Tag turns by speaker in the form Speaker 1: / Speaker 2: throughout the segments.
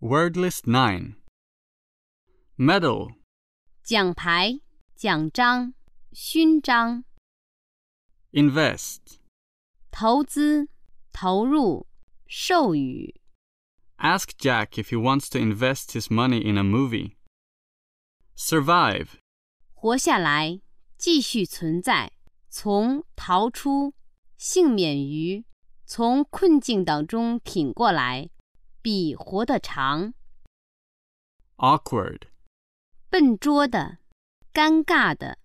Speaker 1: Word list 9 Medal,
Speaker 2: 奖牌、奖章、勋章、
Speaker 1: invest,
Speaker 2: 投资、投入、授予、
Speaker 1: ask Jack if he wants to invest his money in a movie. Survive,
Speaker 2: 活下来、继续存在、从逃出、幸免于、从困境当中挺过来，比活得长、
Speaker 1: awkward,
Speaker 2: 笨拙的、尴尬的、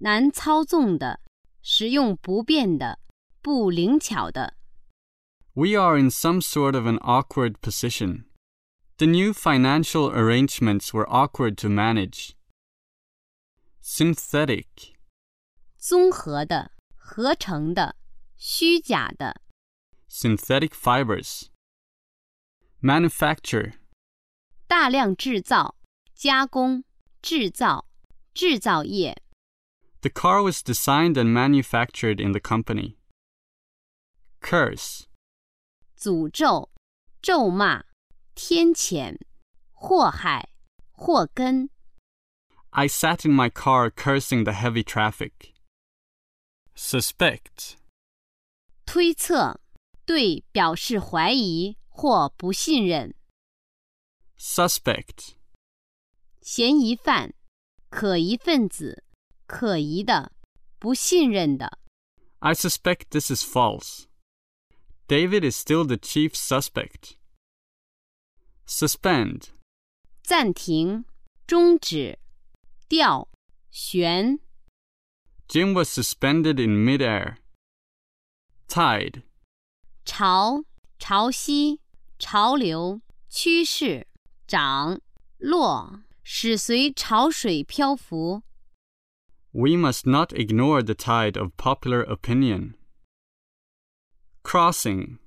Speaker 2: 难操纵的、使用不便的、不灵巧的。
Speaker 1: We are in some sort of an awkward position. The new financial arrangements were awkward to manage. Synthetic.
Speaker 2: 综合的、合成的、虚假的、
Speaker 1: Synthetic fibers. Manufacture.
Speaker 2: 大量制造、加工、制造、制造业、
Speaker 1: The car was designed and manufactured in the company. Curse.
Speaker 2: 诅咒、咒骂、天谴、祸害、祸根、
Speaker 1: I sat in my car cursing the heavy traffic. Suspect.
Speaker 2: 推测，对表示怀疑或不信任、
Speaker 1: Suspect.
Speaker 2: 嫌疑犯、可疑分子、可疑的、不信任的。
Speaker 1: I suspect this is false. David is still the chief suspect. Suspend.
Speaker 2: 暂停、终止、调、悬、
Speaker 1: Jim was suspended in midair. Tide.
Speaker 2: 潮、潮汐、潮流、趋势、涨、落，使随潮水漂浮。
Speaker 1: We must not ignore the tide of popular opinion. Crossing.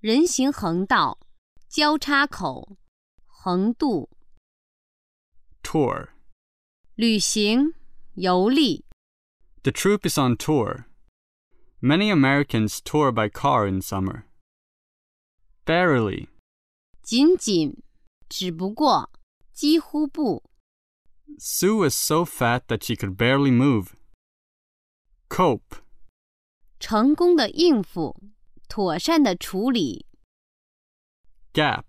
Speaker 2: 人行横道、交叉口、横渡、
Speaker 1: Tour.
Speaker 2: 旅行、游历。
Speaker 1: The troupe is on tour. Many Americans tour by car in summer. Barely.
Speaker 2: 仅仅，只不过，几乎不。
Speaker 1: Sue was so fat that she could barely move. Cope.
Speaker 2: 成功的应付，妥善的处理。
Speaker 1: Gap.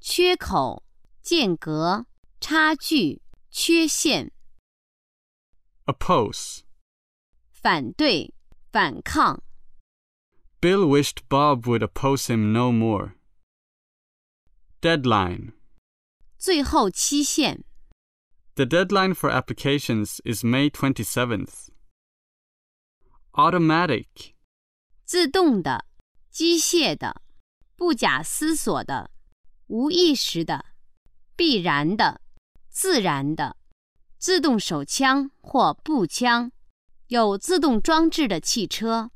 Speaker 2: 缺口、间隔、差距、缺陷。
Speaker 1: Oppose.
Speaker 2: 反对、反抗、
Speaker 1: Bill wished Bob would oppose him no more. Deadline.
Speaker 2: 最后期限、
Speaker 1: The deadline for applications is May 27th. Automatic.
Speaker 2: 自动的、机械的、不假思索的、无意识的、必然的、自然的、自动手枪或步枪、有自动装置的汽车、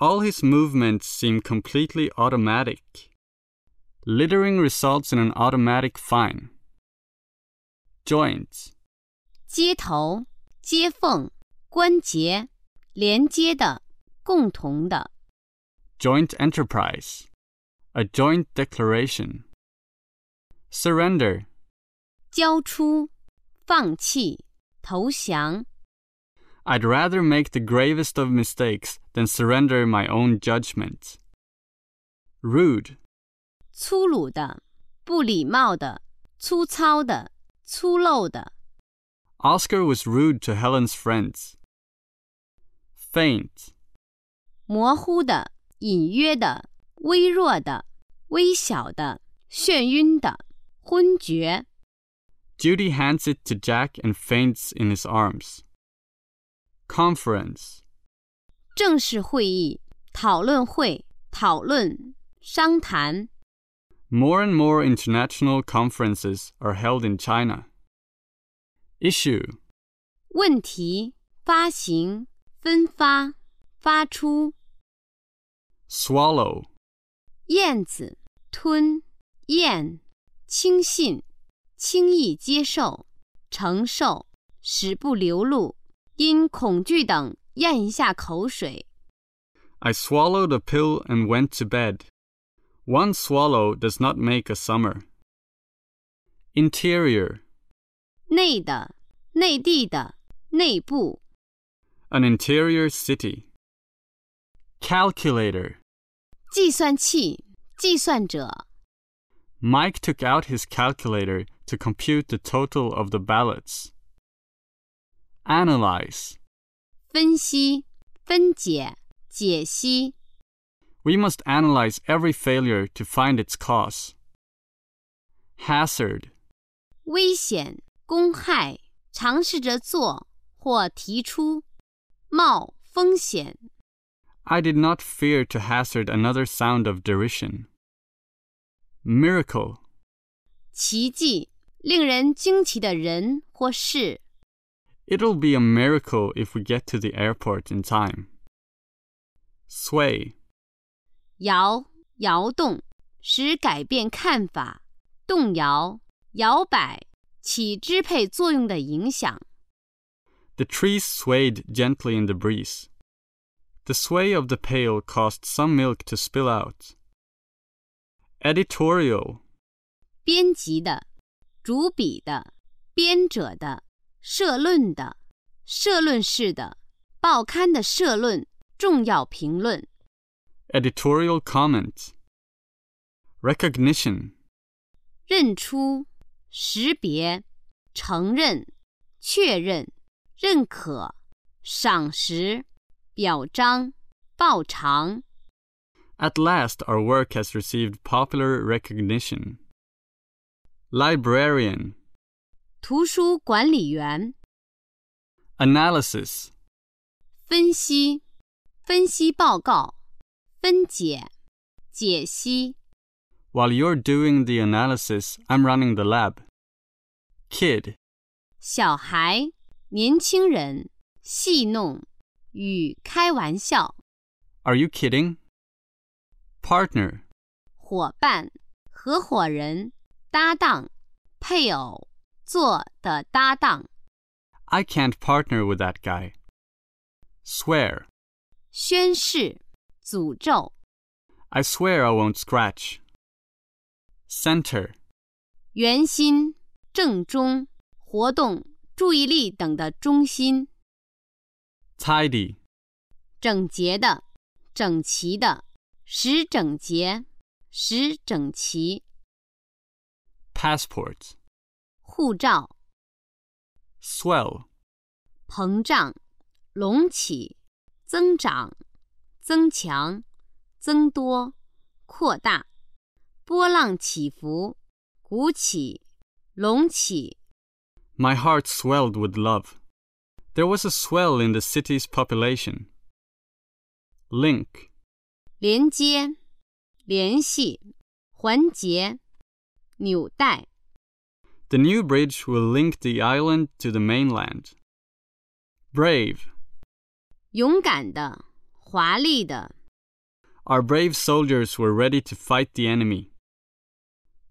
Speaker 1: All his movements seem completely automatic. Littering results in an automatic fine. Joints.
Speaker 2: 接头、接缝、关节、连接的、共同的、
Speaker 1: Joint enterprise. A joint declaration. Surrender.
Speaker 2: 交出、放弃、投降。
Speaker 1: I'd rather make the gravest of mistakes than surrender my own judgment. Rude.
Speaker 2: 粗鲁的、不礼貌的、粗糙的、粗陋的、
Speaker 1: Oscar was rude to Helen's friends. Faint.
Speaker 2: 模糊的、隐约的、微弱的、微小的、眩晕的、昏厥、
Speaker 1: Judy hands it to Jack and faints in his arms. Conference.
Speaker 2: 正式会议、讨论会、讨论、商谈、
Speaker 1: More and more international conferences are held in China. Issue.
Speaker 2: 问题、发行、分发、发出、
Speaker 1: Swallow.
Speaker 2: 燕子、吞、咽、轻信、轻易接受、承受、使不流露、因恐惧等咽一下口水、
Speaker 1: I swallowed a pill and went to bed. One swallow does not make a summer. Interior.
Speaker 2: 内的、内地的、内部、
Speaker 1: An interior city. Calculator.
Speaker 2: 计算器、计算者。
Speaker 1: Mike took out his calculator to compute the total of the ballots. Analyze.
Speaker 2: 分析、分解、解析、
Speaker 1: We must analyze every failure to find its cause. Hazard.
Speaker 2: 危险、公害，尝试着做或提出，冒风险，
Speaker 1: I did not fear to hazard another sound of derision. Miracle.
Speaker 2: 奇迹，令人惊奇的人或事，
Speaker 1: It'll be a miracle if we get to the airport in time. Sway.
Speaker 2: 摇摇动，使改变看法，动摇、摇摆起支配作用的影响。
Speaker 1: The trees swayed gently in the breeze. The sway of the pail caused some milk to spill out. Editorial.
Speaker 2: 编辑的、主笔的、编者的、社论的、社论式的、报刊的社论、重要评论、
Speaker 1: Editorial comment. Recognition.
Speaker 2: 认出、识别、承认、确认、认可、赏识、表彰、报偿、
Speaker 1: At last, our work has received popular recognition. Librarian.
Speaker 2: 图书管理员、
Speaker 1: Analysis.
Speaker 2: 分析、分析报告、分解、解析、
Speaker 1: While you're doing the analysis, I'm running the lab. Kid.
Speaker 2: 小孩、年轻人、戏弄与开玩笑、
Speaker 1: Are you kidding? Partner.
Speaker 2: 伙伴、合伙人、搭档、配偶、做的搭档、
Speaker 1: I can't partner with that guy. Swear.
Speaker 2: 宣誓、诅咒、
Speaker 1: I swear I won't scratch. Center.
Speaker 2: 圆心、正中、活动、注意力等的中心、
Speaker 1: Tidy.
Speaker 2: 整洁的、整齐的、使整洁、使整齐、
Speaker 1: Passport.
Speaker 2: 护照、
Speaker 1: Swell.
Speaker 2: 膨胀、隆起、增长、增强、增多、扩大、波浪起伏、鼓起、隆起、
Speaker 1: My heart swelled with love. There was a swell in the city's population. Link.
Speaker 2: 连接、联系、环节、纽带、
Speaker 1: The new bridge will link the island to the mainland. Brave.
Speaker 2: 勇敢的、华丽的、
Speaker 1: Our brave soldiers were ready to fight the enemy.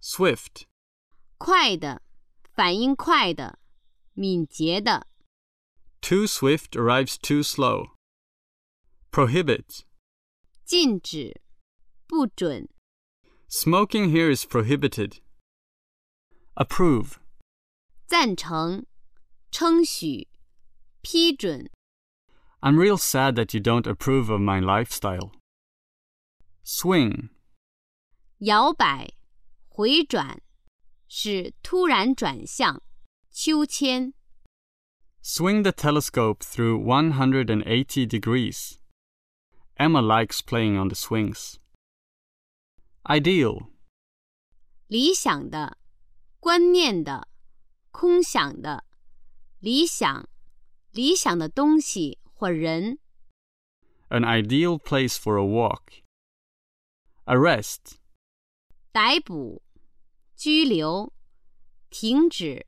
Speaker 1: Swift.
Speaker 2: 快的、反应快的、敏捷的、
Speaker 1: Too swift arrives too slow. Prohibit.
Speaker 2: 禁止、不准、
Speaker 1: Smoking here is prohibited. Approve.
Speaker 2: 赞成、称许、批准、
Speaker 1: I'm real sad that you don't approve of my lifestyle. Swing.
Speaker 2: 摇摆、回转，使突然转向、秋千、
Speaker 1: Swing the telescope through 180 degrees. Emma likes playing on the swings. Ideal.
Speaker 2: 理想的、观念的、空想的、理想、理想的东西或人。
Speaker 1: An ideal place for a walk. Arrest.
Speaker 2: 逮捕、拘留、停止、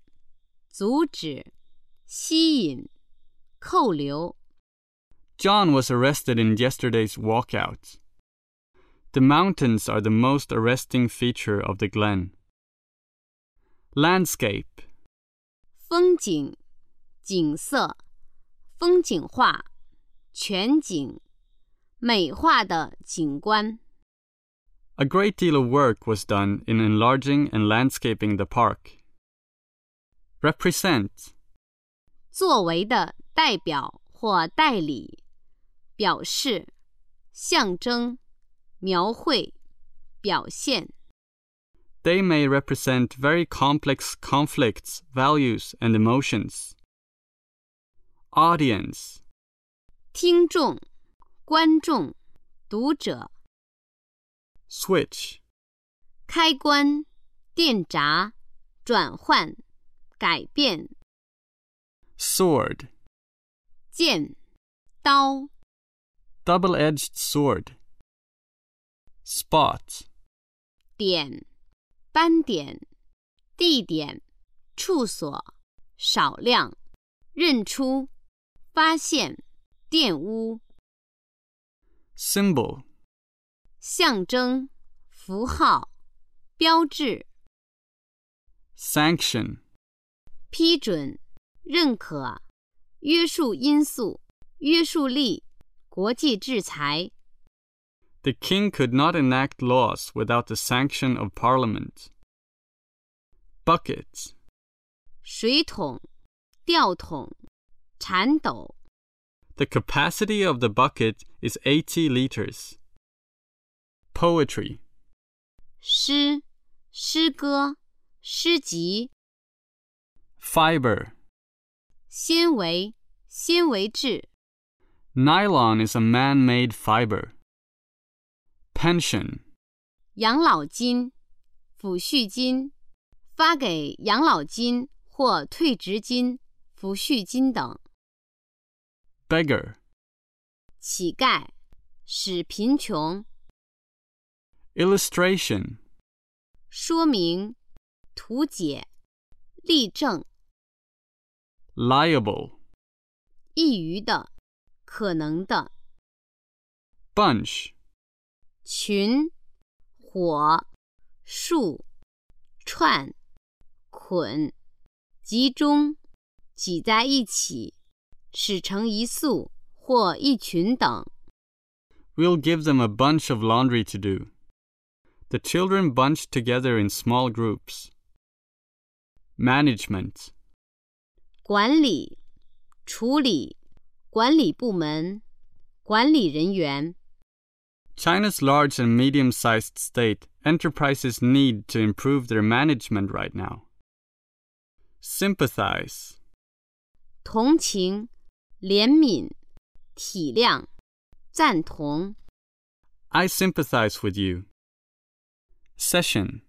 Speaker 2: 阻止、吸引、扣留、
Speaker 1: John was arrested in yesterday's walkout. The mountains are the most arresting feature of the glen. Landscape.
Speaker 2: 风景、景色、风景画、全景、美化的景观、
Speaker 1: A great deal of work was done in enlarging and landscaping the park. Represent
Speaker 2: 作为的代表或代理，表示、象征、描绘、表现。
Speaker 1: They may represent very complex conflicts, values, and emotions. Audience
Speaker 2: 听众、观众、读者、
Speaker 1: Switch
Speaker 2: 开关、电闸、转换、改变、
Speaker 1: Sword
Speaker 2: 剑、刀、
Speaker 1: Double edged sword. Spot
Speaker 2: 点、斑点、地点、处所、少量、认出、发现、玷污、
Speaker 1: Symbol
Speaker 2: 象征、符号、标志、
Speaker 1: Sanction
Speaker 2: 批准、认可、约束因素、约束力、国际制裁。
Speaker 1: The king could not enact laws without the sanction of parliament. Bucket
Speaker 2: 水桶、吊桶、铲斗、
Speaker 1: The capacity of the bucket is 80 liters. Poetry
Speaker 2: 诗、诗歌、诗集、
Speaker 1: Fiber
Speaker 2: 纤维、纤维质、
Speaker 1: Nylon is a man made fiber. Pension
Speaker 2: 养老金、抚恤金，发给养老金或退职金、抚恤金等。
Speaker 1: Beggar
Speaker 2: 乞丐，使贫穷。
Speaker 1: Illustration
Speaker 2: 说明、图解、例证、
Speaker 1: Liable
Speaker 2: 易于的、可能的、
Speaker 1: Bunch
Speaker 2: 群、火、树、串、捆、集中、挤在一起，使成一束或一群等。
Speaker 1: We'll give them a bunch of laundry to do. The children bunched together in small groups. Management
Speaker 2: 管理、处理、管理部门、管理人员。
Speaker 1: China's large and medium sized state enterprises need to improve their management right now. Sympathize.
Speaker 2: 同情、怜悯、体谅、赞同、
Speaker 1: I sympathize with you. Session.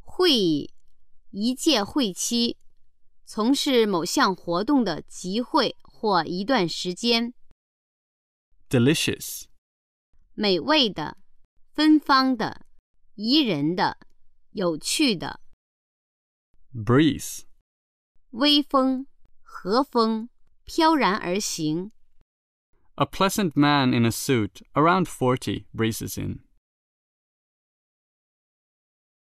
Speaker 2: 会议、一届会期、从事某项活动的集会或一段时间、
Speaker 1: Delicious.
Speaker 2: 美味的、芬芳的、宜人的、有趣的、
Speaker 1: Breeze.
Speaker 2: 微风、和风飘然而行。
Speaker 1: A pleasant man in a suit, around 40, breezes in.